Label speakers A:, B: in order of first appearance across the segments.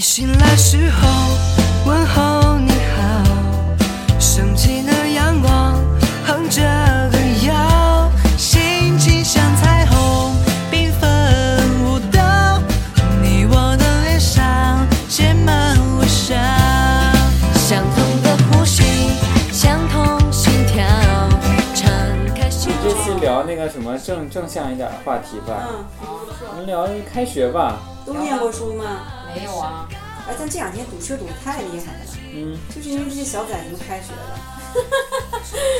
A: 醒来时候问候你好，升起的阳光哼着歌谣，心情像彩虹缤纷舞蹈，你我的脸上写满微笑，相同的呼吸，相同心跳，敞开心
B: 这
A: 扉。
B: 期聊那个什么正正向一点的话题吧，
C: 嗯，
B: 我们聊开学吧。
C: 都念过书吗？
D: 没有啊，
C: 哎，咱这两天堵车堵得太厉害了，
B: 嗯，
C: 就是因为这些小崽子都开学了。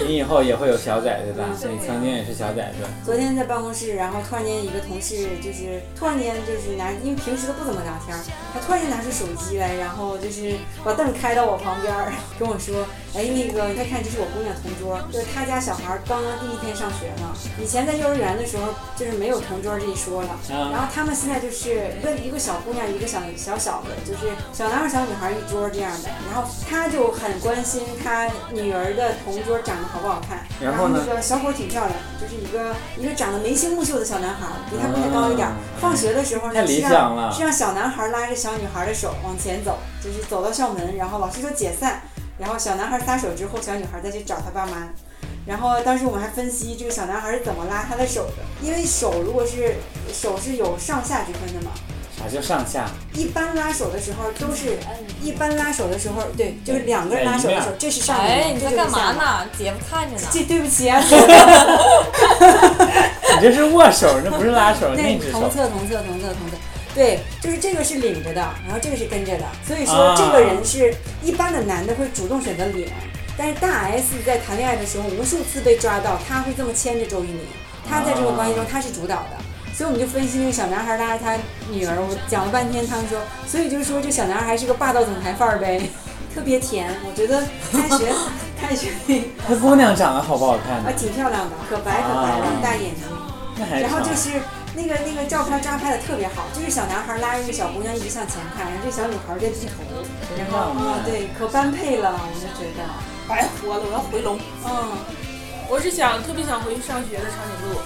B: 你以后也会有小崽子的，
C: 嗯
B: 你曾经也是小崽子。
C: 昨天在办公室，然后突然间一个同事就是突然间就是拿，因为平时都不怎么聊天儿，他突然间拿出手机来，然后就是把凳开到我旁边儿，跟我说：“哎，那个你快看，这是我姑娘同桌，就是她家小孩儿刚刚第一天上学嘛，以前在幼儿园的时候就是没有同桌这一说了。”然
B: 啊，
C: 后他们现在就是一个一个小姑娘，一个小小小子，就是小男孩、小女孩一桌这样的。然后他就很关心他女儿的同桌长得好不好看。
B: 然后呢
C: 那个小伙儿挺漂亮，就是一个一个长得眉清目秀的小男孩，比他不太高一点儿
B: 嗯。
C: 放学的时候
B: 太
C: 呢，
B: 理
C: 是
B: 想
C: 让
B: 了
C: 是让小男孩拉着小女孩的手往前走，就是走到校门，然后老师说解散，然后小男孩撒手之后，小女孩再去找他爸妈。然后当时我们还分析这个小男孩是怎么拉他的手的，因为手如果是手是有上下之分的嘛，
B: 啥叫上下？
C: 一般拉手的时候都是，
D: 嗯，
C: 一般拉手的时候，对，就是两个人拉手的时候，这是上
D: 哎，
C: 面，
D: 你
C: 这
D: 在
C: 就是
D: 干嘛
C: 下面？
D: 呢？姐夫看着呢。
C: 这对不起 啊，
B: 你这是握手，那不是拉手，那
C: 对，
B: 只
C: 同
B: 手。
C: 侧同侧同侧同侧，对，就是这个是领着的，然后这个是跟着的，所以
B: 啊
C: 说这个人是一般的男的会主动选择领，但是大 S 在谈恋爱的时候无数次被抓到，他会这么牵着周渝民，他在这种关系中他是主导的。所以我们就分析那个小男孩拉着他女儿，我讲了半天，他们说，所以就是说这小男孩是个霸道总裁范儿呗， 特别甜。我觉得开学开学
B: 那姑娘长得好不好看
C: 啊
B: 呢？
C: 挺漂亮的，可白可白了，大眼睛。
B: 那还
C: 然后
B: 长
C: 就。是那个那个照片抓拍的特别好，就是小男孩拉着一个小姑娘一直向前看，然后这小女孩在低头，然后
B: 浪漫
C: 啊、对，可般配了，我就觉得，
E: 白活了，我要回笼。
C: 嗯，
E: 我是想特别想回去上学的长颈鹿，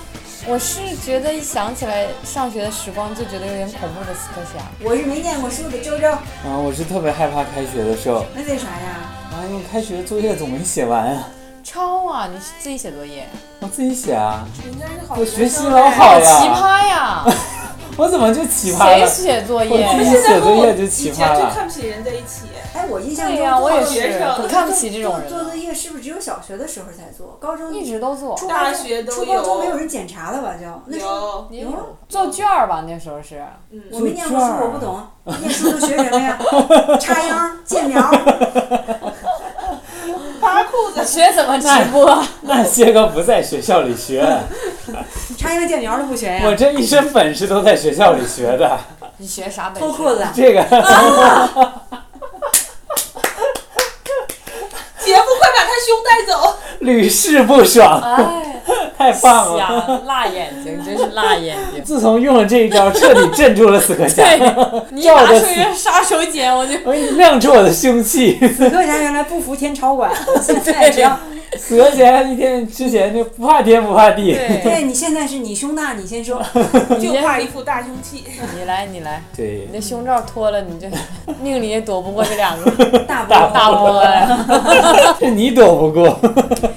D: 我是觉得一想起来上学的时光，就觉得有点恐怖的斯科西亚。
C: 我是没念过书的周周，
B: 啊，我是特别害怕开学的时候，
C: 那为啥呀？
B: 啊，因为开学作业总没写完啊，
D: 抄啊，你是自己写作业，
B: 我自己写啊，
E: 人家是好
B: 我学
E: 学
B: 习
E: 生
B: 老
E: 哎
B: 好
D: 奇
B: 了，
D: 葩 呀！
B: 我怎么就奇葩
D: 谁
B: 了？
D: 写作
B: 我自
D: 业？
B: 己写作业就
E: 以
B: 奇
E: 前
B: 葩
E: 就
B: 了。
E: 看不起人在一起，
C: 哎，我印象
D: 对
C: 中
D: 呀，我也
C: 做
D: 是，很看不起这种
C: 做做作
D: 人，啊
C: 业是不是只有小学的时候才做？高中
D: 一直都做。
C: 初高
E: 大
C: 中
E: 学都
C: 初高中
E: 有
C: 没有人检查了吧？就那时候
E: 有
C: 有啊
D: 做卷儿吧，那时候是。
C: 我没念过
B: 做
C: 书，
B: 卷儿
C: 我不懂，念书都学什么 呀？插秧、建苗，
E: 扒裤子，
D: 学怎么直播？
B: 那些个不在学校里学，
C: 插秧建苗都不学呀
B: 我？这一身本事都在学校里学的。
D: 你学啥本
C: 脱
D: 事？
C: 裤 子。啊
B: 这 个
E: 姐夫快把他胸带走。
B: 屡试不爽，
D: 哎，
B: 太棒了！
D: 呀，辣眼睛，真是辣眼 睛。
B: 自从用了这一招，彻底镇住了死磕侠，
D: 对，你拿
B: 照
D: 出
B: 着
D: 一个杀手锏，我就
B: 我亮出我的凶 器。
C: 葛克侠原来不服天朝 管，现在只要
B: 死磕侠一天之前就不怕天不怕地，
D: 对，
C: 对哎你现在是你胸大，你先 说。
E: 就
D: 你先
E: 画一副大胸器，
D: 你来，你来，
B: 对
D: 你，的胸罩脱了，你这 命里也躲不过这两个
C: 大伯，
D: 大波呀。
B: 这你躲不过，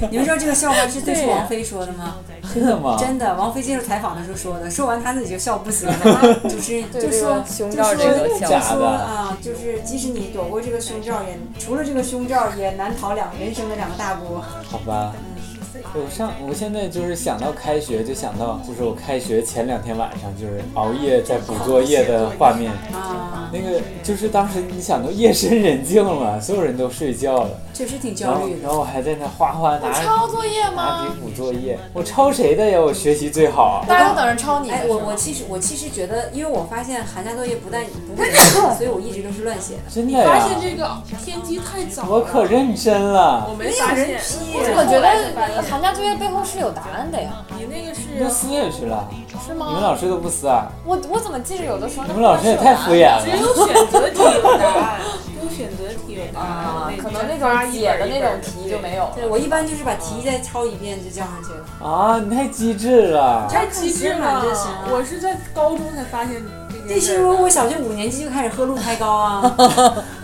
C: 你们知道这个笑话是对
D: 对
C: 着
D: 呀
C: 王菲说的吗？
B: 真的吗？
C: 真的，王菲接受采访的时候说的，说完她自己就笑不行了， 主持人
D: 对
C: 就
D: 这
C: 说
D: 个胸
C: 就
D: 罩
C: 说
D: 这个
C: 就
D: 笑
B: 假
C: 说
B: 的
C: 啊，就是即使你躲过这个胸罩，也除了这个胸罩，也难逃两人生的两个大波。
B: 好吧。我上，我现在就是想到开学，就想到就是我开学前两天晚上就是熬夜在补作业的画面，
C: 啊，
B: 那个就是当时你想都夜深人静了，所有人都睡觉了，
C: 确实挺
B: 然
C: 焦
B: 后
C: 虑的。
B: 然后我还在那哗哗拿
D: 抄作业
B: 拿笔
D: 吗？
B: 补作业，我抄谁的呀？我学习最好。
D: 大家都等着哎抄你呢。
C: 哎，我
D: 是吗
C: 我其实我其实觉得，因为我发现寒假作业不但不会 所以我一直都是乱写的。
B: 真的
E: 发
B: 呀，
E: 现这个天机太早了。
B: 我可认真
E: 我
B: 了。
E: 没发
C: 没有人
E: 现，
C: 批
E: 我
D: 我觉
E: 后来才发
D: 得
E: 现
D: 寒假作业背后是有答案的呀，
E: 你那个
B: 都
E: 是
B: 撕下去了，
D: 是
B: 你
F: 哦
B: 们
D: 吗？
B: 老师都不撕啊？
D: 我我怎么记着有的时候
B: 你们老师也太敷衍
E: 只
B: 了。
E: 有选择题有答案，只有选择题有答
D: 啊
E: 案，，
D: 可能那种解的那种题就没有了。
C: 对，我一般就是把题再抄一遍就交上去了。
B: 啊，你太机智了。
E: 太机智
C: 看新闻
E: 了
C: 就行了。
E: 我是在高中才发现这个。
C: 那
E: 是
C: 时候我小学五年级就开始喝鹿胎膏啊。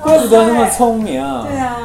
B: 怪不得那么聪明。
C: 对 啊，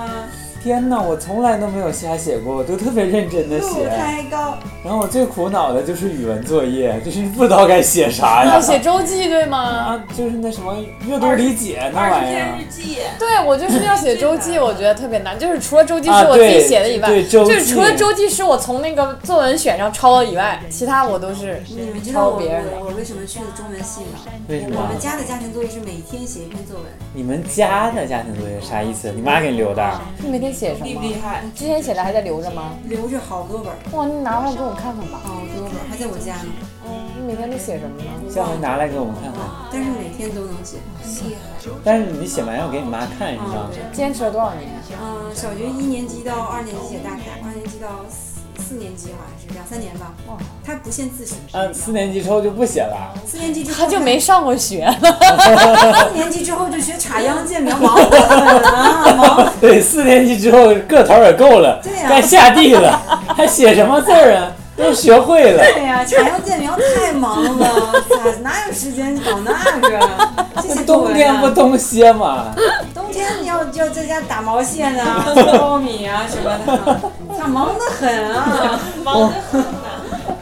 B: 天哪，我从来都没有瞎写过，我都特别认真的
C: 鹿
B: 写。
C: 胎膏，
B: 然后我最苦恼的就是语文作业，就是不知道该写啥呀
F: 要。写周记对吗？
B: 啊，就是那什么阅读理解那
E: 二十
B: 玩意
E: 天日
B: 儿，啊
E: 记，
F: 对，我就是要写周 记，我觉得特别难。就是除了周记
B: 啊
F: 是我自己
B: 对
F: 写的以外，
B: 对周
F: 就
B: 记
F: 是除了周记是我从那个作文选上抄的以外，其他我都是
C: 你们知道
F: 抄
C: 我
F: 别人的。
C: 我我为什么去的中文系吗？
B: 为什
C: 我
B: 么
C: 们？家的家庭作业是每天写一篇作文，
B: 你们家的家庭作业啥意思？你妈给你留的？啊
F: 你每天写什
E: 厉
F: 么
E: 不？厉害？
F: 之前写的还在留着吗？
C: 留着好多本儿，
F: 哇，你拿回来给我看看吧。
C: 好多本儿还在我家呢，
D: 嗯
F: 你每天都写什么呢？
B: 下回拿来给我们看看。
C: 但是每天都能写。啊
B: 但是你写完要给你妈看，你知道吗？
F: 坚持了多少年？
C: 嗯，小学一年级到二年级写大楷，二年级到四四年级好像是两三年吧。哇，他不限字数，
B: 啊，四年级之后就不写了。
C: 四年级之后
F: 他就没上过学了，
C: 四年级之后就学插秧、建苗、芒果啊，芒
B: 对，四年级之后个头也够了，
C: 对呀
B: 该下地 了，还写什么字儿啊？都学会了。
C: 对哎呀，插秧、建苗太忙了，咋哪有时间搞那个？啊这些作
B: 冬
C: 文
B: 天不
C: 啊，
B: 冬歇嘛？
C: 冬天要要在家打毛线 啊、做苞米啊什么的，他忙得很啊，
E: 忙得很呐。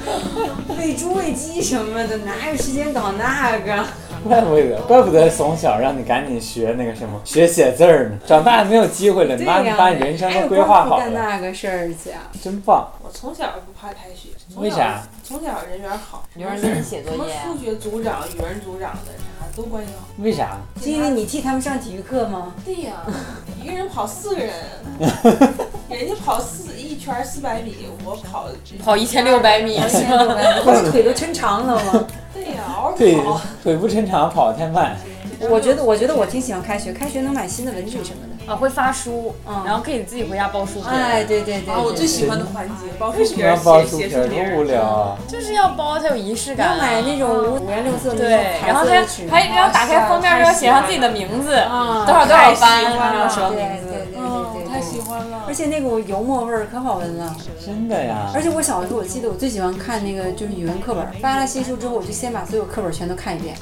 C: 喂猪、喂鸡什么的，哪有时间搞那个？啊
B: 怪不得，怪不得从小让你赶紧学那个什么，学写字儿呢。长大没有机会了，你
C: 对
B: 妈
C: 呀哎
B: 你，把你人生
C: 还
B: 都
C: 有
B: 规划
C: 功夫
B: 好
C: 干
B: 了，
C: 那个事儿去啊？
B: 真棒。
E: 我从小不怕开学，从小
B: 为啥？
E: 从小人缘好，
F: 有人给你写
E: 什么数学组长、语文组长的啥都关系好。
B: 为啥？
C: 是因为你替他们上体育课 吗？
E: 对呀，一个人跑四个人，人家跑四一圈四百米，我跑
F: 跑一千六百米，
C: 不是腿都抻长了吗？
E: 对呀， 嗷
B: 腿
E: 嗷跑。
B: 腿不抻长，跑得太慢。
C: 我觉得，我觉得我挺喜欢开学，开学能买新的文具什么的。
F: 啊，会发书，
C: 嗯
F: 然后可以自己回家包书皮儿。
C: 哎，对对对
E: 啊，我最喜欢的环节，包书皮
B: 要
E: 儿
B: 包
E: 写
B: 书
E: 写
B: 皮
E: 书
B: 儿
E: 皮
B: 多无
E: 儿，
B: 聊啊！
F: 就是要包，它有仪式感。啊
C: 要买那种五颜六色的那
F: 对，
C: 种彩
F: 然后
C: 色
F: 它
C: 的纸。
F: 还要打开封面儿，要写上自己的名字，
C: 啊
F: 多少多
E: 太
F: 少
E: 喜
F: 班，
E: 欢了
F: 然后什么
C: 对
F: 名
C: 对
F: 字
C: 对。对
E: 嗯，太喜
C: 对对。
E: 欢了
C: 而。且那股油墨味儿可好闻了，
B: 真的 呀
C: 而，且我小的时候，我记得我最喜欢看那个就是语文课本儿，发了新书之后，我就先把所有课本儿全都看一遍，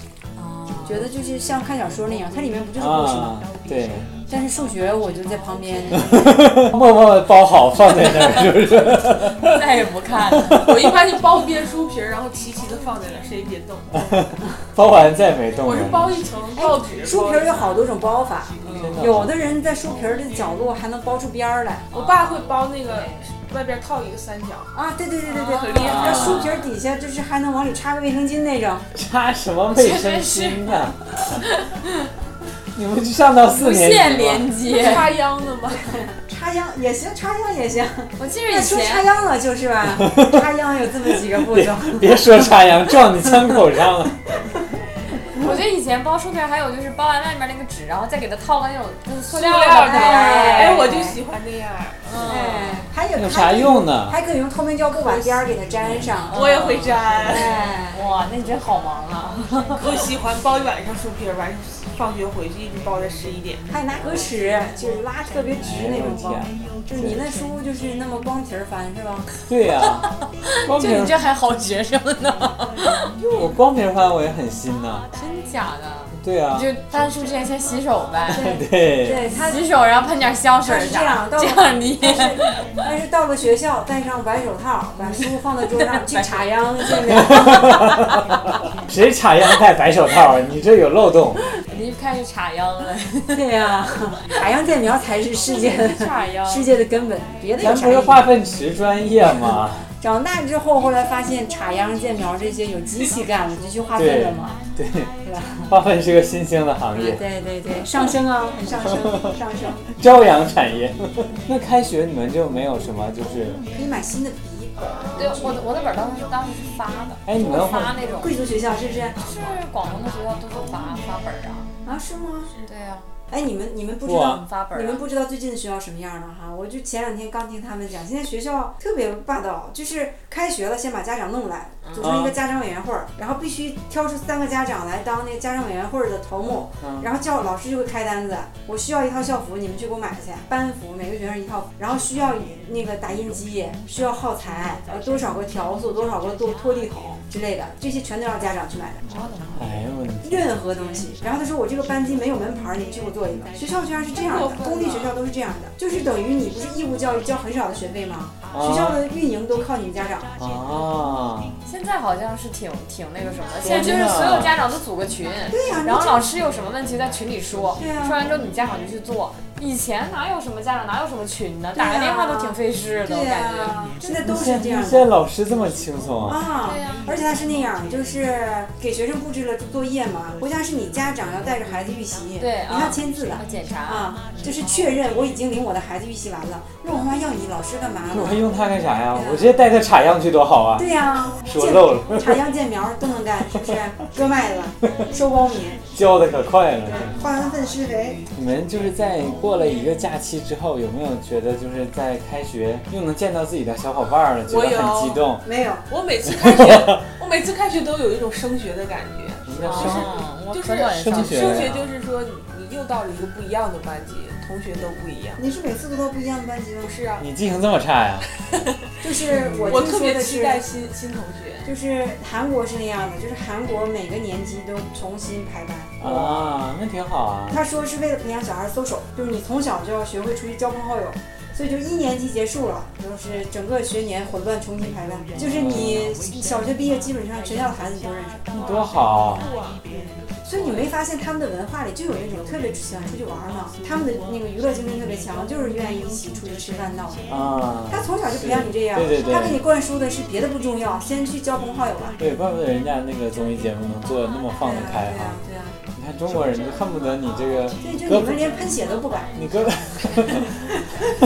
C: 觉得就是像看小说那样，它里面不就是故事吗？
B: 啊，对，
C: 但是数学我就在旁 边，
B: 默默地包好放在那儿，是不是？
F: 再也不看了。
E: 我一般就包一边书皮儿，然后齐齐的放在那儿，谁也别动。
B: 嗯包完再没动
E: 我是
B: 了。
E: 包一层报纸，
C: 书皮儿有好多种包法，
B: 真的
C: 嗯有的人在书皮儿的角落还能包出边儿来。
E: 我爸会包那个外边套一个三角，
C: 啊，对对对对对，
E: 啊很厉害
C: 那书皮儿底下就是还能往里插个卫生巾那种。
B: 插什么卫生巾呢？你们就上到四
F: 无
B: 年级
F: 限
B: 吗
F: 连接。
E: 插秧的吗？
C: 插秧也行，插秧也行。
F: 我记得
C: 那
F: 以
C: 说插
F: 前
C: 秧了就是吧， 插秧有这么几个步骤。
B: 别说插秧，撞你枪口上了。
F: 我觉得以前包书皮儿还有就是包完外面那个纸，然后再给它套个那种就是塑
E: 塑
F: 料
E: 料
F: 的。
E: 的，
F: 哎
E: 哎，我就喜欢那样。
F: 嗯，
C: 哎，还有
B: 有啥？用啊呢？哎
C: 还可以还可以用透明胶布把边儿给它粘上。
E: 我也会粘，
C: 哎，
F: 哇，那你真好忙啊！
E: 我喜欢包一晚上书皮儿，完放学回去一直包到十一点。
C: 还有拿格尺，就是拉特别直那种包
B: 哎。
C: 就是你那书就是那么光皮儿翻是吧？
B: 对呀、光
F: 就
B: 瓶
F: 你这还好学生呢，
B: 我光瓶翻我也很新呐、
F: 真假的？
B: 对啊，
F: 就翻书之前先洗手呗，
B: 对，
C: 对，它
F: 洗手然后喷点香水
C: 它
F: 儿
C: 是这
F: 啥
C: 样，
F: 的，
C: 到
F: 这样你
C: 但是到了学校，戴上白手套，把书放到桌上去插秧去 了。
B: 谁插秧戴白手套啊？你这有漏洞。
F: 你开始插秧了，
C: 对呀、海洋电苗才是世界的
F: 插秧
C: 世界的根本，别的有
B: 咱
C: 啥
B: 不
C: 意
B: 是
C: 义？
B: 化粪池专业吗？
C: 长大之后，后来发现插秧、建苗这些有机器干了，就去化粪了嘛，
B: 对，
C: 对吧？
B: 化粪是个新兴的行业，
C: 对对对，上升啊，很上升，上升。
B: 朝阳产业。那开学你们就没有什么就是，
C: 可以买新的笔，
F: 对，我的我的本儿当时当时是发的，
B: 哎你们
F: 就
B: 会
F: 是发那种，
C: 贵族学校是不是？
F: 是广东的学校都是发发本儿啊。嗯
C: 啊，是吗？
F: 对啊，
C: 哎，你们你们不知
B: 哇
C: 道
D: 很发本儿啊。
C: 你们不知道最近的学校什么样了哈？我就前两天刚听他们讲，现在学校特别霸道，就是开学了先把家长弄来，组成一个家长委员会儿，然后必须挑出三个家长来当那个家长委员会儿的头目，
B: 嗯
C: 然后叫老师就会开单子，我需要一套校服，你们去给我买去，班服每个学生一套，然后需要那个打印机，需要耗材，呃多少个笤帚，多少个拖拖地桶之类的，这些全都要家长去买的。
B: 哎呦我的天，
C: 任何东西。然后他说我这个班级没有门牌儿，你们去给我做一个。学校居然是这样的，公立学校都是这样的，就是等于你不是义务教育交很少的学费吗？学校的运营都靠你们家长。
B: 啊，
D: 现在好像是挺挺那个什么的，
B: 天
D: 现在
B: 哪
D: 就是所有家长都组个群，
C: 对呀、你
D: 然后
C: 这
D: 老师有什么问题在群里说，
C: 对啊
D: 说完之后你家长就去做。以前哪有什么家长，哪有什么群呢？
C: 对啊
D: 打个电话都挺费事的，我
C: 对啊呀、
D: 感觉。
C: 现在都是
B: 现
C: 这样
B: 现在
C: 的。
B: 老师这么轻松啊？
C: 啊
D: 对呀，
C: 而且他是那样，就是给学生布置了作业嘛，回家是你家长要带着孩子预习，
D: 对啊
C: 你还要签字的
D: 要检查，
C: 啊，就是确认我已经领我的孩子预习完了，那我妈要你老师干嘛
B: 我还
C: 呢？
B: 用它干啥呀？我直接带它插秧去多好啊！
C: 对呀、
B: 说漏了
C: 见插秧见苗儿都能干，是不是？割麦子、收苞米，
B: 教的可快了。这
C: 化完粪施肥，
B: 你们就是在过了一个假期之后，有没有觉得就是在开学又能见到自己的小伙伴了，觉
E: 我
B: 得
E: 有
B: 很激动？
C: 没有，
E: 我每次开学， 我每次开学都有一种升学的感
B: 什
E: 觉。
B: 么叫
E: 啊
B: 生
D: 哦我
E: 就是
D: 可讨厌
B: 升
D: 上
B: 学啊
E: 升学就是说你，你又到了一个不一样的班级，同学都不一样。
C: 你是每次都到不一样的班级吗
E: 不？是啊，
B: 你记性这么差呀？
C: 就是我
E: 我
C: 听
E: 特
C: 说
E: 别
C: 的
E: 期
C: 是，
E: 待新新同学。
C: 就是韩国是那样的，就是韩国每个年级都重新排班。
B: 啊，那挺好啊。
C: 他说是为了培养小孩搜手，就是你从小就要学会出去交朋好友。所以就一年级结束了，就是整个学年混乱重新排班，就是你小学毕业基本上全校的孩子你都认识，
B: 多好！
C: 所以你没发现他们的文化里就有那种特别喜欢出去玩儿
E: 嗯
C: 吗？他们的那个娱乐精神特别强，就是愿意一起出去吃饭闹。
E: 嗯
B: 啊，
C: 他从小就培养你这样，
B: 对对对
C: 他给你灌输的是别的不重要，先去交朋好友吧。
B: 对，怪不得人家那个综艺节目能做的那么放得开
C: 对
B: 哈
C: 啊。，对啊，
B: 你看中国人就恨不得你这 个
C: 对啊，所以就
B: 胳
C: 你
B: 膊
C: 们连喷血都不敢。
B: 你哥，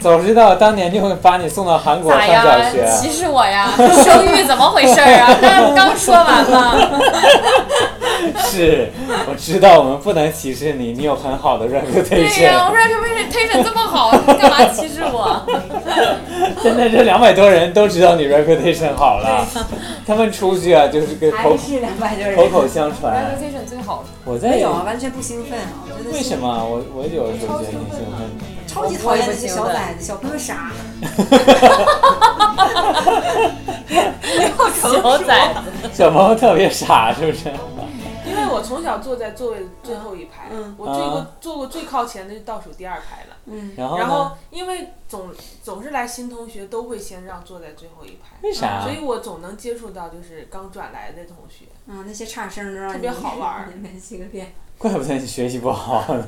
B: 早知道当年就会把你送到韩国
D: 咋
B: 上小
D: 呀？
B: 学。
D: 歧视我呀？ 生育怎么回事儿啊？ 那刚说完嘛。
B: 是，我知道我们不能歧视你，你有很好的 reputation。
D: 对呀、我说这为什 t a 这么好，你干嘛歧视我？
B: 现在这两百多人都知道你 reputation 好了，他们出去啊就是跟口
C: 还是两百多人，
B: 口口相传。
D: reputation 最好了，
B: 我在
C: 没有啊，完全不兴奋啊！我觉得
B: 为什
C: 么
B: 么我我有的时候觉得挺兴奋的。
C: 超级讨厌那些小崽子、小朋友傻，
D: 小崽子。
B: 小朋友特别傻，是不是？
E: 因为我从小坐在座位最后一排，
C: 嗯
E: 我最过
B: 啊哦
E: 坐过最靠前的就倒数第二排了。
C: 嗯，
B: 然后
E: 然
B: 呢？
E: 后因为总总是来新同学，都会先让坐在最后一排，
B: 为啥啊
E: 所？以我总能接触到就是刚转来的同学。
C: 啊，那些差生都让
E: 特别好玩儿
C: 你们几个变。
B: 怪不得你学习不好呢。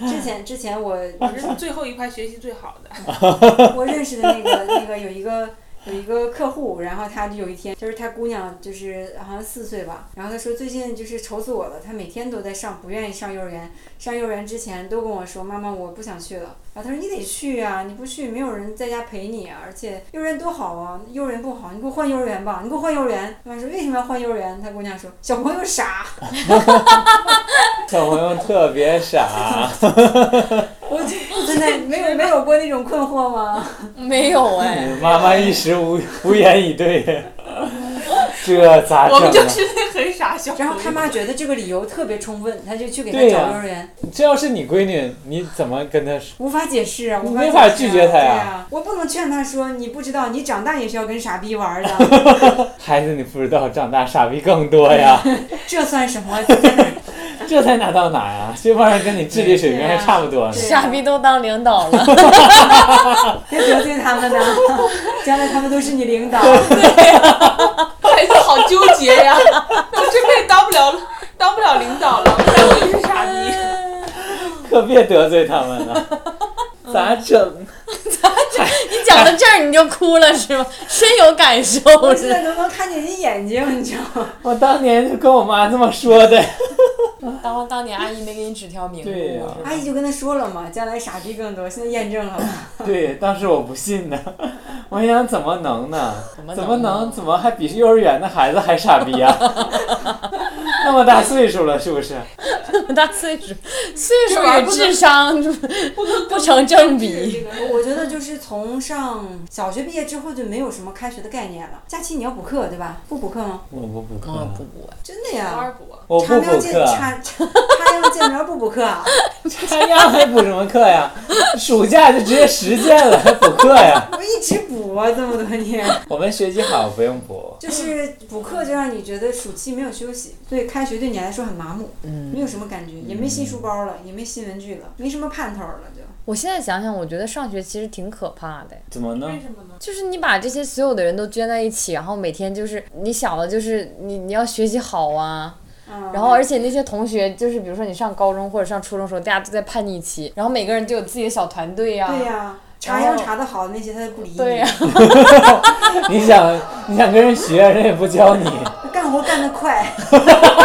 C: 之前之前我
E: 我是最后一排学习最好
B: 啊
E: 的，
C: 我认识的那个那个有一个有一个客户，然后他就有一天，就是他姑娘就是好像四岁吧，然后他说最近就是愁死我了，他每天都在上，不愿意上幼儿园，上幼儿园之前都跟我说妈妈我不想去了，然后他说你得去啊，你不去没有人在家陪你啊，而且幼儿园多好啊，幼儿园不好，你给我换幼儿园吧，你给我换幼儿园。妈妈说为什么要换幼儿园？他姑娘说小朋友傻，
B: 小朋友特别傻，
C: 我就真的没有没有过那种困惑吗？
D: 没有哎，
B: 妈妈一时无无言以对，这咋整
E: 我们
B: 啊？
E: 就是那很傻小朋
C: 然
E: 友。
C: 后他妈觉得这个理由特别充分，他就去给他
B: 对
C: 找
B: 呀
C: 幼儿园。
B: 这要是你闺女，你怎么跟她说？
C: 无法解释啊，
B: 你
C: 无法解
B: 没
C: 释
B: 法
C: 啊
B: 拒绝他呀
C: 对啊，我不能劝他说你不知道，你长大也是要跟傻逼玩儿的，
B: 孩子，你不知道，长大傻逼更多呀，
C: 这算什么？对
B: 这才哪到哪呀？这帮人跟你智力水平还差不多呢。
C: 对
D: 傻逼都当领导了。
C: 别得罪他们呢， 将来他们都是你 领导。
E: 孩子好纠结呀， 我这辈子当不了当不了领导了，我就是傻逼。
B: 可别得罪他们了， 咋整？
D: 你讲到这儿你就哭了是吗？深有感受
C: 我现
D: 是。
C: 在都能看见你眼睛，你知道吗？
B: 我当年就跟我妈这么说的。
D: 当当年阿姨没给你指条明
B: 对啊呀
D: 路，
C: 阿姨就跟他说了嘛，将来傻逼更多，现在验证了嘛。
B: 对，当时我不信呢， 我想怎么能呢？怎
D: 么能呢
B: 能？怎么还 比幼儿园的孩子还傻逼啊？那么大岁数了，是不是？
F: 这么大岁数，岁
E: 这
F: 数
E: 玩意儿
F: 与
E: 不
F: 智
E: 能
F: 商不成正比。
C: 我觉得就是从上小学毕业之后就没有什么开学的概念了。假期你要补课对吧？不补课吗？
B: 我不补课，
F: 我不不，
C: 真的
E: 高
C: 呀，
E: 二补啊，
B: 我
C: 插
B: 不
C: 苗
B: 补
C: 见
B: 课，
C: 插插秧见苗不补课啊？
B: 插秧还补什么课呀？ 暑假就直接实践了，还 补课呀？
C: 我一直补啊，这么多年，
B: 我们学习好不用补，
C: 就是补课就让你觉得暑期没有休息，所以开学对你来说很麻木，没有什么感觉，也没新书包了，也没新文具了，没什么盼头了就。
F: 我现在想想，我觉得上学其实挺可怕的。
B: 怎么呢？
E: 什么呢？
F: 就是你把这些所有的人都圈在一起，然后每天就是你想的就是你你要学习好啊，
C: 嗯
F: 然后而且那些同学就是比如说你上高中或者上初中的时候，大家都在叛逆期，然后每个人都有自己的小团队呀、
C: 对呀、嗯查秧查的好那些他就不理你，
F: 啊对呀、
B: 你想你想跟人学，人也不教你，
C: 干活干得快，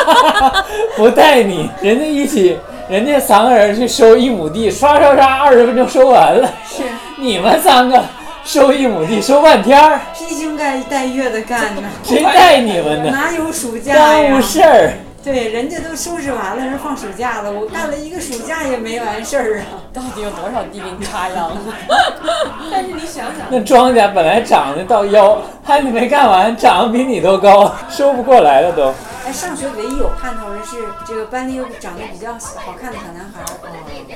B: 不带你，人家一起，人家三个人去收一亩地，刷刷刷二十分钟收完了，是你们三个收一亩地收半天儿，
C: 披星戴戴月的干呢，
B: 谁带你们 呢？
C: 哪有暑假
B: 耽
C: 哎呀
B: 误？事儿。
C: 对，人家都收拾完了，人放暑假了，我干了一个暑假也没完事儿啊。
F: 到底有多少地给你插秧？啊
E: 但是你想想，
B: 那庄稼本来长得到腰，还没干完，长得比你都高，收不过来了都。
C: 哎，上学唯一有盼头的是这个班里有个长得比较好看的小男孩儿。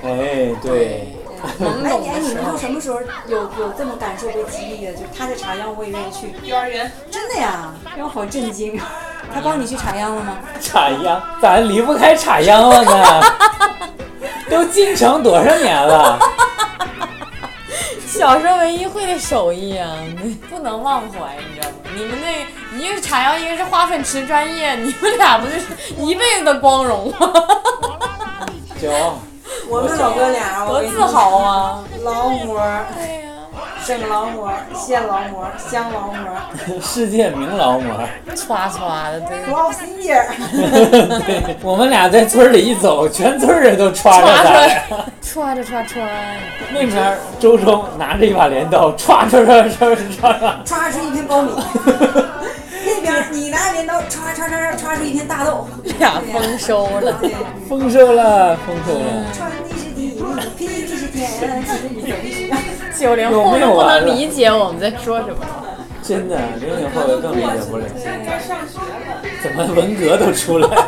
B: 哎，对，
C: 哎，你哎，你们都什么时候有有这么感受被激励的？就是他在插秧，我也愿意去，
E: 幼儿园
C: 真的呀，让我好震惊。啊他帮你去插秧了吗？
B: 插秧，咱离不开插秧了呢，都进城多少年了？
F: 小时候唯一会的手艺啊，不能忘怀，你知道吗？你们那一个是插秧，一个是花粉池专业，你们俩不就是一辈子的光荣吗？
B: 骄傲，
C: 我们老哥俩，我
F: 多
C: 跟你
F: 自豪啊！
C: 讲，劳模儿、
F: 对呀、
C: 省劳模儿、县劳模儿、乡劳模儿
B: 世界名劳模。
F: 刷刷的，对。
C: ，cross year，
B: 对，我们俩在村里一走，全村人都歘着咱俩。
F: 戳着戳戳，
B: 那边儿周冲拿着一把镰刀，歘歘歘歘歘歘，
C: 抓出一片 苞米。那边儿你拿着镰刀刷刷刷刷刷出一片大豆，
F: 俩丰收了。
C: 对，
B: 丰收了，丰收了。
C: 穿地是地，披地是天，其实你走必须。
F: 九零
B: 有
F: 后
B: 没
F: 是
B: 有
F: 不
B: 完
F: 能
B: 了
F: 理解我们在说什么，
B: 真的，零零后的更理解不了，
E: 该上学了，
B: 怎么文革都出来了？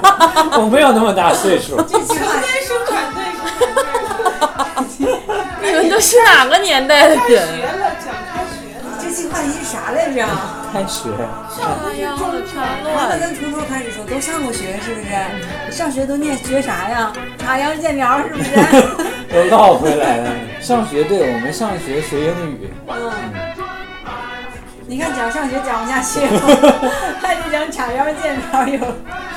B: 我没有那么大岁数，
C: 这话
E: 该生产队生产队，
F: 你们都是哪个年代的
E: 开学
F: 人？
E: 了，讲开学了，
C: 这期话题是啥来着？
B: 开学
F: 哎呀，我的天
C: 咱们
F: 呐！
C: 跟从头开始说，都上过学是不是？上学都念学啥呀？插秧见苗是不 是？
B: 又绕回来了。上学，对我们上学学英语，
C: 嗯。你看讲上学讲不下去， 还得讲插秧见苗有。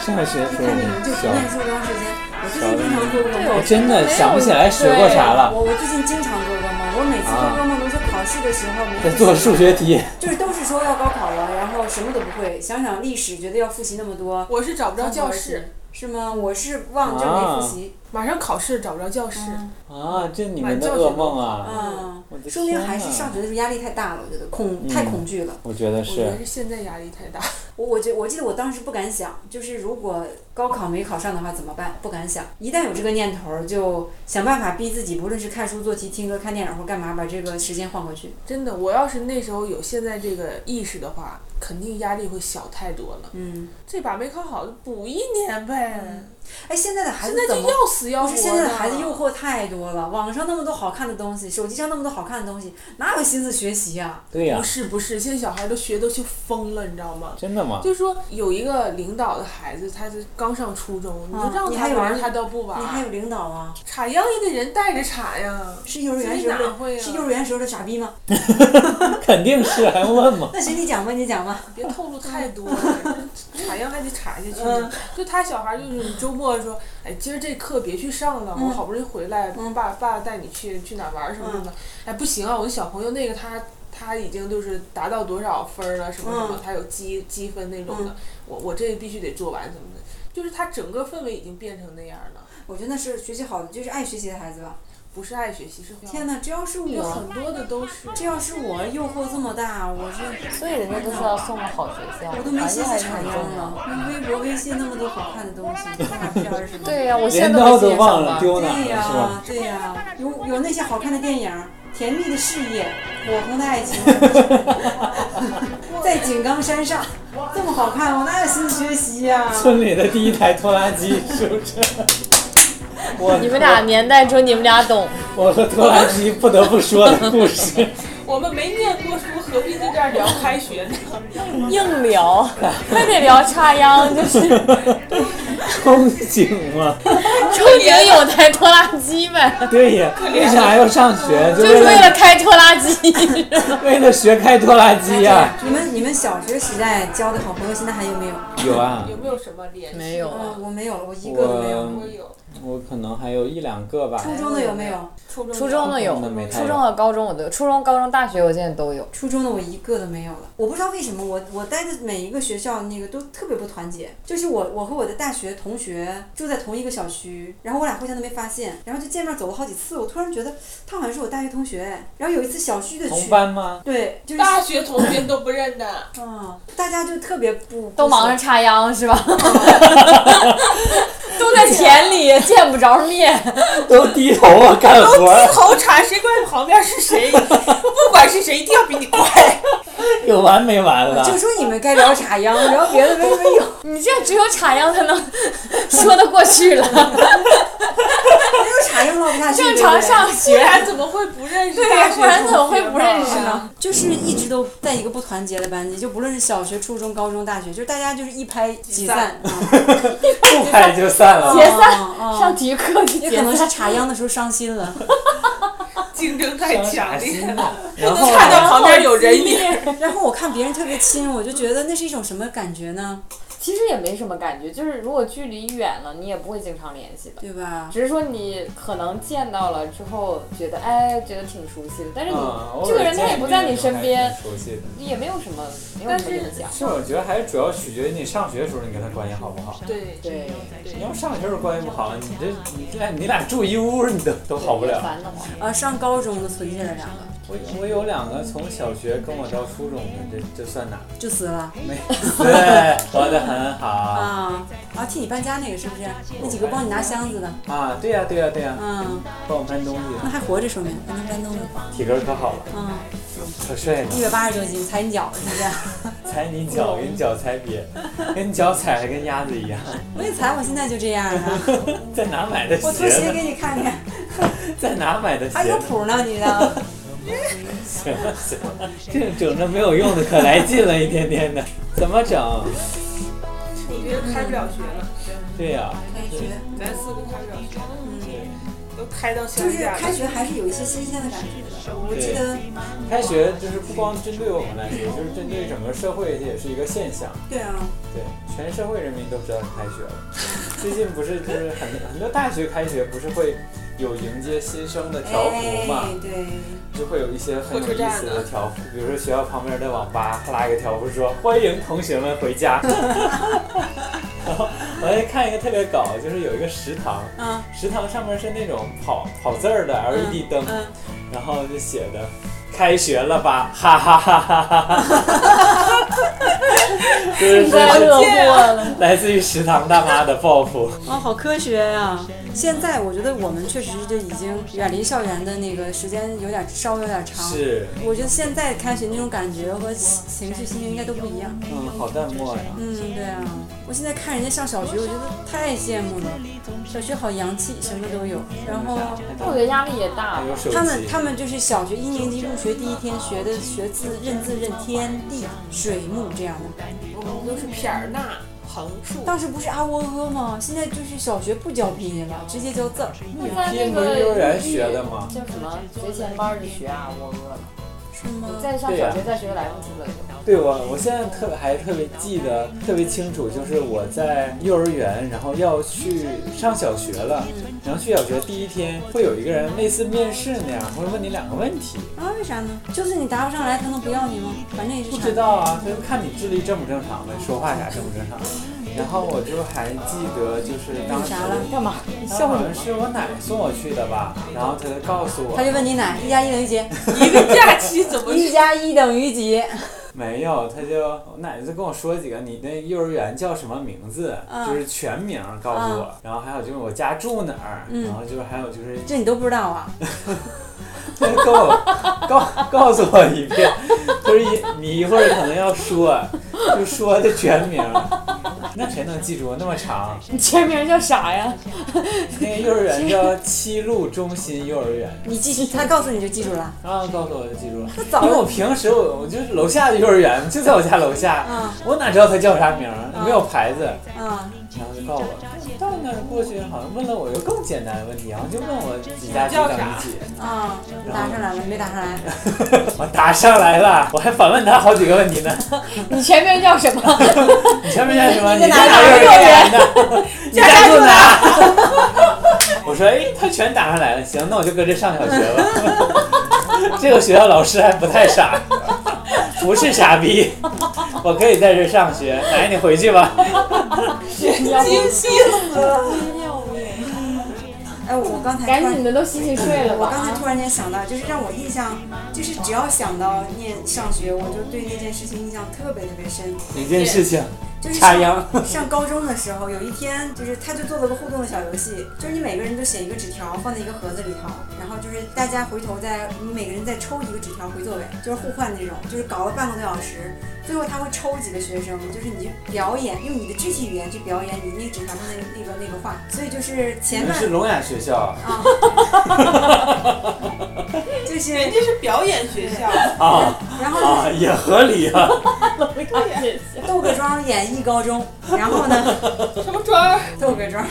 B: 上学
C: 你
B: 时候
C: 看
B: 我
C: 你们
B: 们
C: 就不
B: 小，
C: 念书多长时间？我最近经常做噩
B: 我
C: 梦。
B: 真的想不起来学过啥了，
C: 我我最近经常做噩梦，我每次做噩梦都是考试的时候没
B: 在做数学题。
C: 就是都是说要高考了，然后什么都不会。想想历史，觉得要复习那么多，
E: 我是找不着教室，
C: 是吗？我是忘就没复习，
E: 马上考试找不着教室，
B: 啊，这你们的噩梦啊！
C: 嗯
B: 我的，
C: 说明
B: 天嗯
C: 还是
B: 呐
C: 上学的时候压力太大了，我觉得恐太恐惧了。
B: 我觉得
E: 我觉
B: 是
E: 得是现在压力太大，
C: 我我觉我记得我当时不敢想，就是如果高考没考上的话怎么办？不敢想，一旦有这个念头儿，就想办法逼自己，不论是看书、做题、听歌、看电影或干嘛，把这个时间换回去。
E: 真的，我要是那时候有现在这个意识的话，肯定压力会小太多了。
C: 嗯，
E: 这把没考好，补一年呗。
C: 哎，现在的孩
E: 现
C: 子
E: 在
C: 怎
E: 就
C: 么？
E: 要死要
C: 不
E: 活
C: 是
E: 的。
C: 现在的孩子诱惑太多了，网上那么多好看的东西，手机上那么多好看的东西，哪有心思学习啊？
B: 对呀
E: 不，是不是，现在小孩都学都学疯了，你知道吗？
B: 真的吗？
E: 就说有一个领导的孩子，他是刚上初中，你就
C: 啊
E: 让
C: 你
E: 他
C: 还有
E: 玩，
C: 人
E: 他都不玩
C: 你。还有领导啊？
E: 插秧也得人带着插呀。
C: 是幼儿园时候
E: 自己哪会
C: 的，
E: 啊
C: 是幼儿园时候的傻逼吗？
B: 肯定是，还用问吗？
C: 那谁你讲吧，你讲吧。
E: 别透
C: 嗯
E: 露太 多了，查秧还得查下去呢。就他小孩儿，就是你周末说，哎，今儿这课别去上了，我好不容易回来，
C: 嗯
E: 爸爸带你去去哪儿玩儿什么什么的。哎，不行啊，我的小朋友那个他他已经就是达到多少分儿了，什么什么
C: 嗯，
E: 他有积积分那种的，我我这必须得做完什么的，就是他整个氛围已经变成那样了。
C: 我觉得那是学习好的，就是爱学习的孩子吧。
E: 不是爱学习，是
C: 天哪，这要是
E: 有
C: 我
E: 很，多的都是。
C: 这要是我诱惑这么大，我是
F: 所以人家都说要送个好学校，
C: 我都没
F: 环
C: 心
F: 境
C: 思
F: 还是很
C: 插秧
F: 重要。
C: 了。那微博、微信那么多好看的东西，大片儿什么的。
F: 对呀、 我现
B: 镰
F: 在都
B: 刀
F: 没
B: 都
F: 欣
B: 忘
F: 赏
B: 了
F: 了。
B: 丢哪儿了
C: 对
B: 是
C: 呀
B: 吧？，
C: 对呀，有有那些好看的电影，《甜蜜的事业》，《火红的爱情》， 在井冈山上，这么好看，我哪有心思学习呀、
B: 村里的第一台拖拉机是不 是？我
F: 你们俩年代说你们俩懂，
B: 我和拖拉机不得不说的故事，
E: 我们没念过书，何必在这儿聊开学呢？
F: 硬 聊，非得聊插秧， 就是
B: 憧憬嘛。
F: 憧憬有台拖拉机呗，
B: 对呀，为啥要上学？就
F: 哦就
B: 为
F: 是为了
B: 了
F: 开拖拉机。
B: 为了学啊开拖拉机呀。
C: 哎你们你们小学时代交的好朋友，现在还有没有？
B: 有啊，
E: 有没有什么联系？
F: 没有啊
C: 嗯、我没有了，我一个都没有。
B: 我
E: 我有，
B: 我可能还有一两个吧。
C: 初中的有没有？
E: 初中
F: 初中的有
B: 那没，太有
F: 初中和高中我都有，初中、高中、大学我现在都有。
C: 初中的我一个都没有了。我不知道为什么我我待的每一个学校那个都特别不团结，就是我我和我的大学同学住在同一个小区，然后我俩互相都没发现，然后就见面走了好几次，我突然觉得他好像是我大学同学。然后有一次小区的
B: 同
C: 区，
B: 班吗？
C: 对，就是
E: 大学同学都不认得。
C: 啊，大家就特别不
F: 都忙着。插秧 是吧？都在田里见不着面，
B: 都低头啊，干活儿，
E: 头查 谁怪旁边是 谁，不管是谁，一定要比你快。
B: 有完没完
C: 不
B: 了
C: 熟？就说你们该聊插秧，聊别的没没有。
F: 你这只有插秧才能 说得过去了。
C: 没有插秧唠不下去。
F: 正常上
E: 不
F: 学，
E: 然怎么会不认识？
F: 对，不然怎么会不认识
C: 对
F: 呢？
C: 啊， 就是一直都在一个不团结的班级，就不论是小学、初中、高中、大学，就是大家就是一拍即散。啊
B: 不拍就散了。
F: 解散，
C: 啊啊
F: 上体育课去
C: 也
F: 解
C: 可能
F: 散。
C: 是
E: 啊
C: 插秧的时候伤心 了，
E: 竞争太强烈了。
B: 然后
E: 看到旁边有人影，
C: 然后我看别人特别亲，我就觉得那是一种什么感觉呢？
F: 其实也没什么感觉，就是如果距离远了，你也不会经常联系的。
C: 对吧？
F: 只是说你可能见到了之后，觉得哎，觉得挺熟悉的，但是你、
B: 嗯
F: 这个人他也不在你身边，，
B: 偶尔见面还挺熟悉的。
F: 也没有什么没有
E: 但
F: 什么
E: 是
F: 影响。
B: 其实我觉得还是主要取决于你上学的时候你跟他关系好不好。
E: 对，
F: 对，
B: 你要上学的时候关系不好，你这你这你俩住一屋，你都都好不了。
F: 烦 得慌。
C: 啊，上高中的存在了两个，
B: 我我有两个从小学跟我到初中的，这这算哪？
C: 就死了
B: 没，对，哎活得很好
C: 啊啊！替你搬家那个是不是？那几个帮你拿箱子的，
B: 啊！对呀、对呀、对呀、
C: 嗯，
B: 帮我搬东
C: 那
B: 西，
C: 还活着说明还能搬东西，
B: 体格可好了，
C: 嗯，
B: 可帅了，
C: 一百八十多斤，踩你脚是不 是？
B: 踩你脚跟脚踩瘪，跟你脚踩的跟鸭子一样。
C: 我一踩，我现在就这样啊！
B: 在哪买的
C: 我拖鞋
B: 鞋呢？
C: 给你 看看，
B: 在哪买的
C: 还
B: 鞋
C: 有
B: 呢？
C: 谱呢，你 的。
B: 行了行了， 这整着没有用的可来劲了，一天天的，怎么整？
E: 我觉得开不了学了，
B: 对呀、
E: 咱四个开不了学了，都开到
C: 就
E: 乡
C: 是
E: 下
C: 开
E: 了。
C: 学还是有一些新鲜的感觉的。我记得，
B: 开学就是不光针对我们来说，就是针对整个社会，这也是一个现象。
C: 对啊，
B: 对，全社会人民都知道开学了。最近不是就是很很多大学开学不是会有迎接新生的条幅嘛，
C: 哎，对，
B: 就会有一些很有
E: 火车
B: 意
E: 站
B: 思
E: 呢
B: 的条幅，比如说学校旁边的网吧拉一个条幅说欢迎同学们回 家。 然后我还看一个特别搞，就是有一个食堂，
C: 嗯
B: 食堂上面是那种跑跑字儿的 LED 灯，
C: 嗯，
B: 然后就写的“开学了吧，哈哈哈哈哈哈”，就是
F: 太
B: 这
F: 乐
B: 是
F: 呵了，
B: 来自于食堂大妈的报复。
C: 啊，好科学呀、现在我觉得我们确实就已经远离校园的那个时间有点稍微有点长。
B: 是，
C: 我觉得现在开学那种感觉和情绪、心情应该都不一样。
B: 嗯，好淡漠呀。
C: 嗯，对啊，我现在看人家上小学，我觉得太羡慕了。小学好洋气，什么都有。然后
F: 我觉得压力也大
B: 还。有手
C: 他们
B: 机，
C: 他们就是小学一年级入学第一天学的学字认字认天地水木这样的，
E: 我们都是撇儿捺、横竖。
C: 当时不是啊喔呃吗？现在就是小学不教拼音了，直接教字儿，
F: 在
B: 拼
F: 那
B: 不
F: 个
B: 是幼儿园学的吗？
F: 叫什么学前班儿就学啊，我饿了。
C: 是吗
F: 你？再上
B: 对呀
F: 小学再学来不及了。
B: 对我，我现在特别还特别记得特别清楚，就是我在幼儿园，然后要去上小学了，然后去小学第一天会有一个人类似面试那样，会问你两个问题，
C: 啊，为啥呢？就是你答不上来，他能不要你吗？反正也是
B: 不
C: 差
B: 知道啊，就是看你智力正不正常呗，说话啥正不正常。然后我就还记得，就是当
C: 干
B: 时
C: 啥了？干嘛？你
B: 当时
C: 笑
B: 好
C: 什
B: 像
C: 么？
B: 是我奶送我去的吧，然后她就告诉我
C: 他，就问你奶，一加一等于几？
E: 一个假期怎 么
C: 一加一等于几？
B: 没有，她就我奶奶就跟我说几个，你那幼儿园叫什么名字，
C: 嗯
B: 就是全名告诉我，然后还有就是我家住哪儿，
C: 嗯
B: 然后就是还有就是
C: 这你都不知道啊？
B: 跟我告告诉我一遍，就是一你一会儿可能要说，就说的全名，那谁能记住那么长？
F: 你全名叫啥呀？
B: 那个幼儿园叫七路中心幼儿园，
C: 你记，他告诉你就记住了。
B: 然后啊告诉我就记住了。
C: 早
B: 因为我平时我我就是楼下的幼儿园就在我家楼下，
C: 嗯
B: 我哪知道它叫啥名儿，没有牌子，
C: 啊，
B: 然后就告我。到那儿过去，好像问了我一个更简单的问题，然后就问我几加几等于几，
C: 啊，答上来了，没答上来。
B: 我答上来了，我还反问他好几个问题呢。
F: 你全名 叫什么？
B: 你前面叫什么？
C: 你
B: 你
C: 在
B: 在
C: 哪
B: 哪
C: 儿
B: 幼儿
C: 幼儿
B: 园的？你 家住哪？ 我说，哎，他全打上来了，行，那我就跟着上小学吧。 这个学校老师还不太傻， 不是傻逼， 我可以在这上学。奶奶，你回去吧。
E: 惊喜？
C: 哎，我刚才突然
F: 赶紧的，都洗洗睡了
C: 我刚才
F: 吧。
C: 突然间想到，就是让我印象，就是只要想到念上学，我就对那件事情印象特别特别深。
B: 一件事情，
C: 就是
B: 插秧
C: 上上高中的时候，有一天就是他就做了个互动的小游戏，就是你每个人都写一个纸条放在一个盒子里头，然后就是大家回头再你每个人再抽一个纸条回座位，就是互换那种，就是搞了半个多小时，最后他会抽几个学生，就是你去表演用你的肢体语言去表演你那个纸条上的那个那个话，所以就是
B: 你
C: 前
B: 们
C: 半
B: 是聋哑学校
C: 啊，就是
E: 人家是表演学校，
B: 啊
C: 然后
B: 啊，也合理啊。
C: 豆各庄演艺高中，然后呢。
E: 什么专儿？
C: 豆各庄，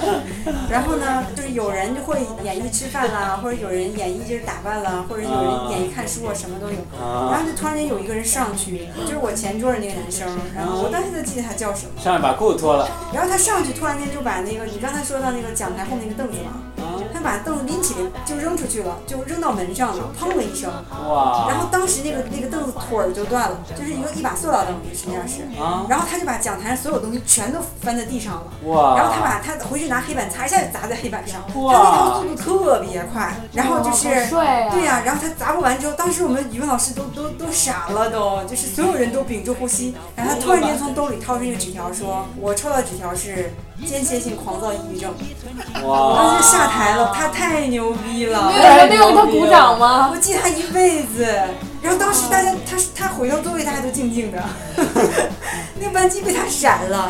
C: 然后呢，就是有人就会演绎吃饭啦，或者有人演绎就是打扮啦，或者有人演绎看书啊，什么都有。然
B: 啊，
C: 后就突然间有一个人上去，就是我前桌的那个男生，然后我当时就记得他叫什么。
B: 上来把裤子脱了。
C: 然后他上去突然间就把那个你刚才说到那个讲台后那个凳子嘛，他把凳子拎起来就扔出去了，就扔到门上了，砰的一声。
B: 啊哇
C: 然后当时那个那个凳子腿儿就断了，就是一个一把塑料凳子，实际上是。
B: 啊
C: 然后他就把讲台上所有东西全都翻在地上了。
B: 哇！
F: 啊
C: 然后他把他回去拿黑板擦，一下就砸在黑板上，他
B: 哇
C: 那条速度特别快，然后就是
F: 哇好帅啊
C: 对呀、然后他砸不完之后，当时我们语文老师都都都傻了都，就是所有人都屏住呼吸，然后他突然间从兜里掏出一个纸条说，我抽到纸条是间歇性狂躁抑郁症，我
B: 哇
C: 当时下台了，他太牛逼了。
F: 没有人为他鼓掌吗？
C: 我记他一辈子。然后当时大家，他他回到座位，大家都静静 的，那班级被他闪了，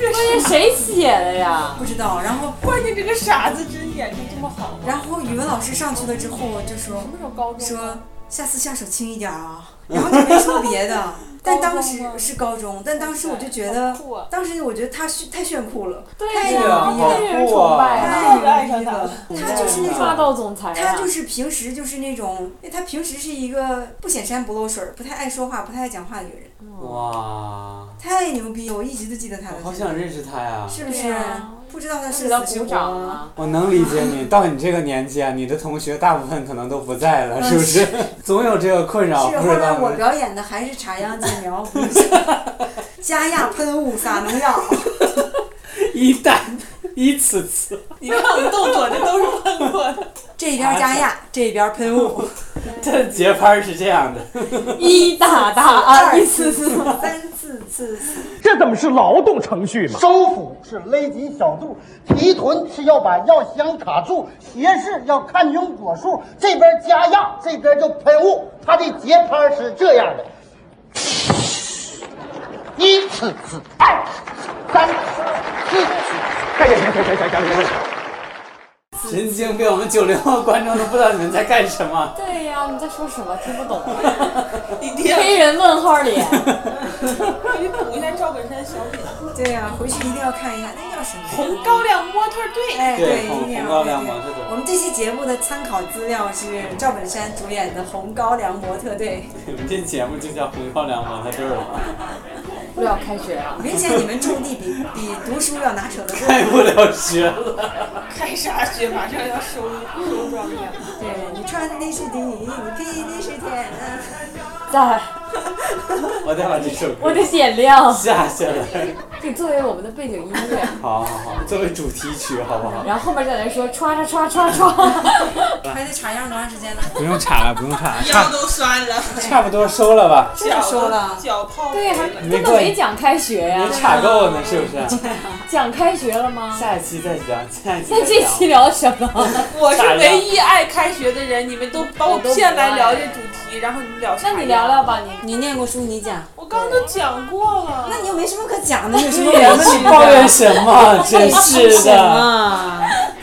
F: 关键谁写的呀？
C: 不知道。然后，
E: 关键这个傻子真演的这么好，
C: 然后语文老师上去了之后就说
E: 什么时候高中？
C: 说下次下手轻一点啊， 然后就没说别的。但当时是高中，但当时我就觉得
E: 好酷啊，
C: 当时我觉得他炫太炫酷了，
F: 对啊
B: 对
F: 呀
B: 呀，
F: 太令人崇拜啊
B: 好酷啊
C: 太
F: 了。
E: 爱
C: 牛
E: 上
C: 逼
E: 他
C: 了
E: 了，
C: 他就是那种
F: 霸道总裁啊
C: 他
F: 呀
C: 就！是平时就是那种，他平时是一个不显山不露水儿、不太爱说话、不太爱讲话的一个人，
B: 哇！
C: 太牛逼！我一直都记得他的
B: 我好
C: 事，
B: 想认识他呀！
C: 是不
F: 对
C: 是
F: 啊？
C: 不知道他
F: 给
C: 是
F: 他
C: 死是
F: 鼓
C: 活
F: 掌啊！
B: 我能理解你，到你这个年纪啊，你的同学大部分可能都不在了，是不是？总有这个困扰，
C: 嗯是
B: 不
C: 后
B: 知
C: 来
B: 道
C: 我
B: 呢。
C: 表演的还是插秧接苗，不是加压喷雾撒农药。
B: 一旦一次次，
E: 你看我们 动作，这都是喷过的。
C: 这边加压，这边喷 雾，
B: 这节拍是这样的。
F: 一打打啊，
C: 二
F: 一
C: 次
F: 次
C: 次
F: 次。，
C: 三次次，
G: 这怎么是劳动程序吗？
H: 收腹是勒紧小肚，提臀是要把药箱卡住，斜视要看拥左数，这边加压，这边就喷雾，它的节拍是这样的：一次次，二次次，三次次，四次次。
B: 神经病！我们九零后观众都不知道你们在干什么。
F: 对呀，你在说什么？听不懂。
E: 你爹，
F: 黑人问号脸。
E: 快去补一下赵本山小品，
C: 对呀、回去一定要看一下，那叫什么？
E: 《红高粱模特队》。
C: 哎，
B: 对
C: 一
B: 红
C: 定要
B: 红高粱
C: 对对
B: 模特队
C: 我们这期节目的参考资料是赵本山主演的《红高粱模特队
B: 我们这节目就叫《红高粱模特队》了，
F: 不了，开学啊了》。。
C: 明显你们种地比比读书要拿手的多。
B: 开不了学了。
E: 开啥学？马上要收收庄稼。
C: 对你穿的是第一，你披的是天。啊
F: 在，
B: 我得把这首
F: 我
B: 歌
F: 得点亮。
B: 下下来。
F: 可以作为我们的背景音乐，
B: 好好好，作为主题曲好不好？
F: 然后后面再来说唰唰唰唰 唰，
C: 还得插秧多长时间呢？
B: 不用插了，不用插了，
E: 腰
B: 差
E: 都酸了，
B: 差不多收了吧？
E: 脚
C: 收
E: 都
C: 了
E: 脚泡
F: 对，还
E: 了
F: 根本没讲开学呀
B: 没，插够呢，是不是？
F: 讲开学了吗？
B: 下一期再讲，下一期
F: 那
B: 再
F: 这
B: 讲。
F: 期聊什 么？
E: 我是唯一爱开学的人，你们都把我骗来聊这主题，然后你们聊啥
F: 那
E: 呀
F: 你聊，聊吧，你
C: 你念过书，你讲，
E: 我刚刚都讲过了。
C: 那你又没什么可讲的，有什么
B: 对呀
C: 委
B: 那
C: 屈
B: 你抱怨什 么？真是
C: 什
B: 的，
C: 么？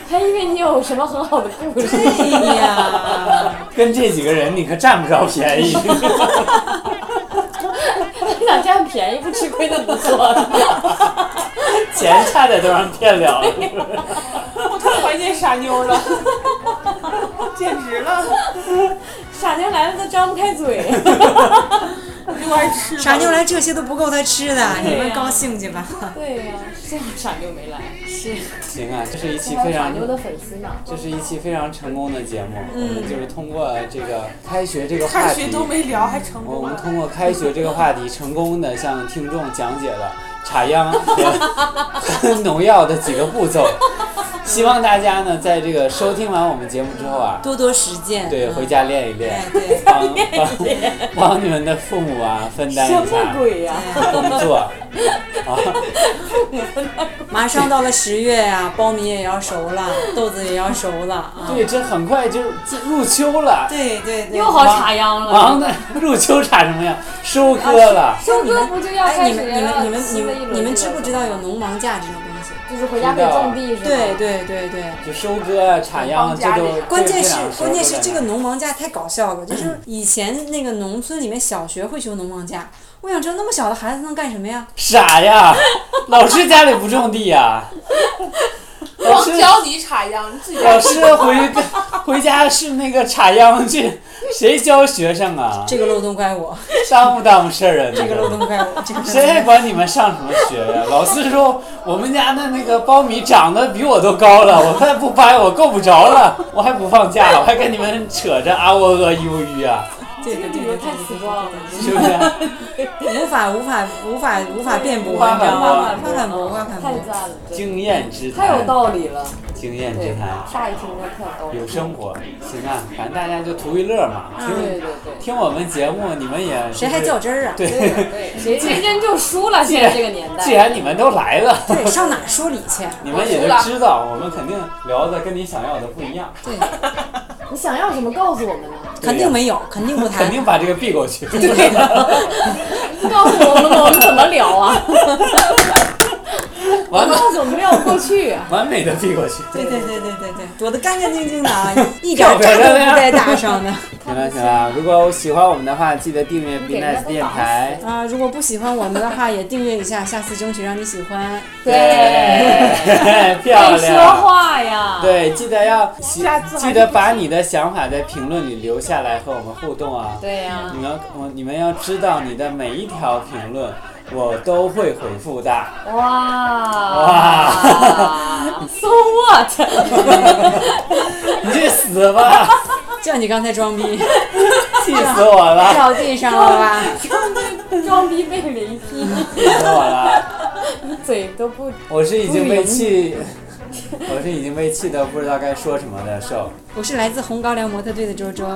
F: 还以哎为你有什么很好的故事。
C: 哎呀，
B: 跟这几个人你可占不着便宜。
F: 你想占便宜不吃亏那不错。
B: 钱差点都让骗了了。
E: 我太怀念傻妞了，简直了！
F: 傻妞来了都张不开 嘴，
E: 给我还吃吧
C: 傻妞来这些都不够她吃的，你们高兴去吧。
F: 对呀、幸好傻妞没来，是
B: 行啊，这是一期
F: 还
B: 非
F: 有傻
B: 常，
F: 妞的粉丝呢。
B: 这是一期非常成功的节目。我们就是通过这个开学这个话
E: 嗯开
B: 题
E: 学，都没聊，还成
B: 我
E: 功
B: 们
E: 了。
B: 通过开学这个话题，成功的向听众讲解了插秧和农药的几个步骤。希望大家呢，在这个收听完我们节目之后啊，
C: 多多实践，
B: 对，回家练一练
C: 哎，对
B: 帮 帮帮你们的父母啊分担
F: 什
B: 一
F: 么
B: 下
F: 鬼
C: 哎
F: 呀、
B: 工 作啊。
C: 马上到了十月呀、苞米也要熟了，豆子也要熟了啊。
B: 对，这很快就进入秋了。
C: 对对对
F: 又，好插秧了。
B: 忙的入秋插什么呀？收割了，
F: 收割不就要
C: 哎，
F: 开
C: 你
F: 始
C: 们
F: 了
C: 你们你们你
F: 新的一轮
C: 们你们知不知道
F: 这
C: 有
F: 个
C: 农忙假这种东西？
F: 就是回家可以种地是吧？
C: 对对对对。
B: 就收割、插秧，这都
C: 关键
B: 这
C: 是
B: 两个
C: 关键
B: 收
C: 是
B: 割
C: 这个
B: 的
C: 农忙假太搞笑了，就是以前那个农村里面小学会休农忙假，我想知道那么小的孩子能干什么呀？
B: 傻呀，老师家里不种地呀，老师
E: 光教你插秧，你自己
B: 老师回回家是那个插秧去，谁教学生啊？
C: 这个漏洞怪我，
B: 耽误耽误事儿啊！这
C: 这个漏洞怪我，这个漏洞
B: 谁还
C: 怪我
B: 管你们上什么学呀、老师说我们家的那个苞米长得比我都高了，我再不掰我够不着了，我还不放假，我还跟你们扯着啊喔呃呦吁啊，
C: 对对对
F: 理
C: 对
F: 由太
C: 对
F: 死光了。
B: 是不是？
C: 对，无法无法无法无法辩驳，
B: 无法
C: 你知道吗？
B: 反
C: 无法反驳，无法反
F: 太
C: 驳。
F: 赞了，真的
B: 经验之
F: 太有
B: 谈，
F: 道理了。
B: 经验之
F: 对
B: 谈，，
F: 乍一听就太有道理。
B: 有生活，行啊，反正大家就图一乐嘛。
F: 嗯对
B: 听
F: 对对，
B: 听我们节目，你们也就是
C: 谁还较真儿啊？
B: 对？
F: 谁认真就输了，
B: 既
F: 现
B: 然
F: 在这个年代。
B: 既然你们都来了，
C: 对，上哪儿说理去？
B: 你们也就知道，我们肯定聊的跟你想要的不一样，
C: 对，
F: 你想要什么，告诉我们呢？
C: 肯定没有，肯定不
B: 肯
C: 谈。
B: 定把这个避过去。
F: 告诉我们，我们怎么聊啊？
B: 完美
F: 告诉我们绕不过去啊。
B: 完美的避过去。
C: 对对对对对对，躲得干干净净的啊，一点儿渣都不带打上的。
B: 行了行了，如果喜欢我们的话，记得订阅 Be Nice
F: 哎
B: 电台。
C: 啊，如果不喜欢我们的话，也订阅一下，下次争取让你喜欢。
B: 对， 漂
F: 会哎说
B: 亮。
F: 话呀。
B: 对，记得要记
E: 啊下次还是
B: 记得把你的想法在评论里留下来和我们互动啊。
F: 对呀
B: 你，们我你们要知道你的每一条评论，我都会回复的。
F: 哇
B: 嗯哇
F: ，So what？
B: 你去死吧！
C: 叫你刚才装逼，
B: 气死我了！
C: 掉地上了吧？
F: 装逼被雷 劈，
B: 气死我了！
F: 嘴都不
B: 我是已经被 气，我是已经被气的不知道该说什么的受。
C: 我是来自红高粱模特队的周周。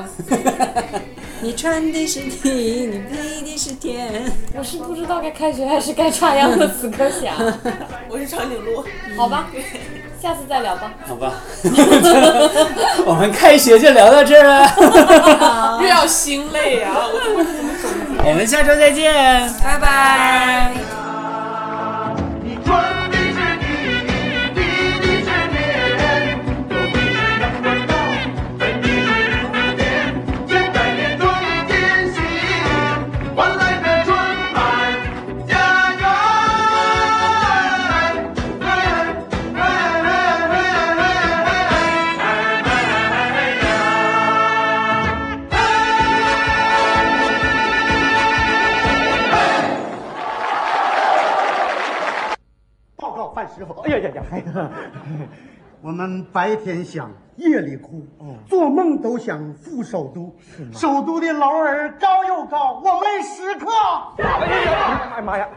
C: 你穿的是地，你配的是天。
F: 我是不知道该开学还是该插秧的死磕 侠，
E: 我是长颈鹿，
F: 好吧，下次再聊吧。
B: 好吧， 我们开学就聊到这儿 了，
E: 又要心累啊！我怎么
B: 我们下周再见。
C: 拜拜。
I: 你穿的是你，你的是脸，都
G: 哎
I: 不是人的道，本地是人的脸，千百年中间行，换来的春
G: 哎
I: 满家园。
H: 报告范师傅。哎呀呀呀！哎呀，我们白天想，夜里哭，做梦都想赴首都。首都的楼儿高又高，我们时刻。哎呀妈呀！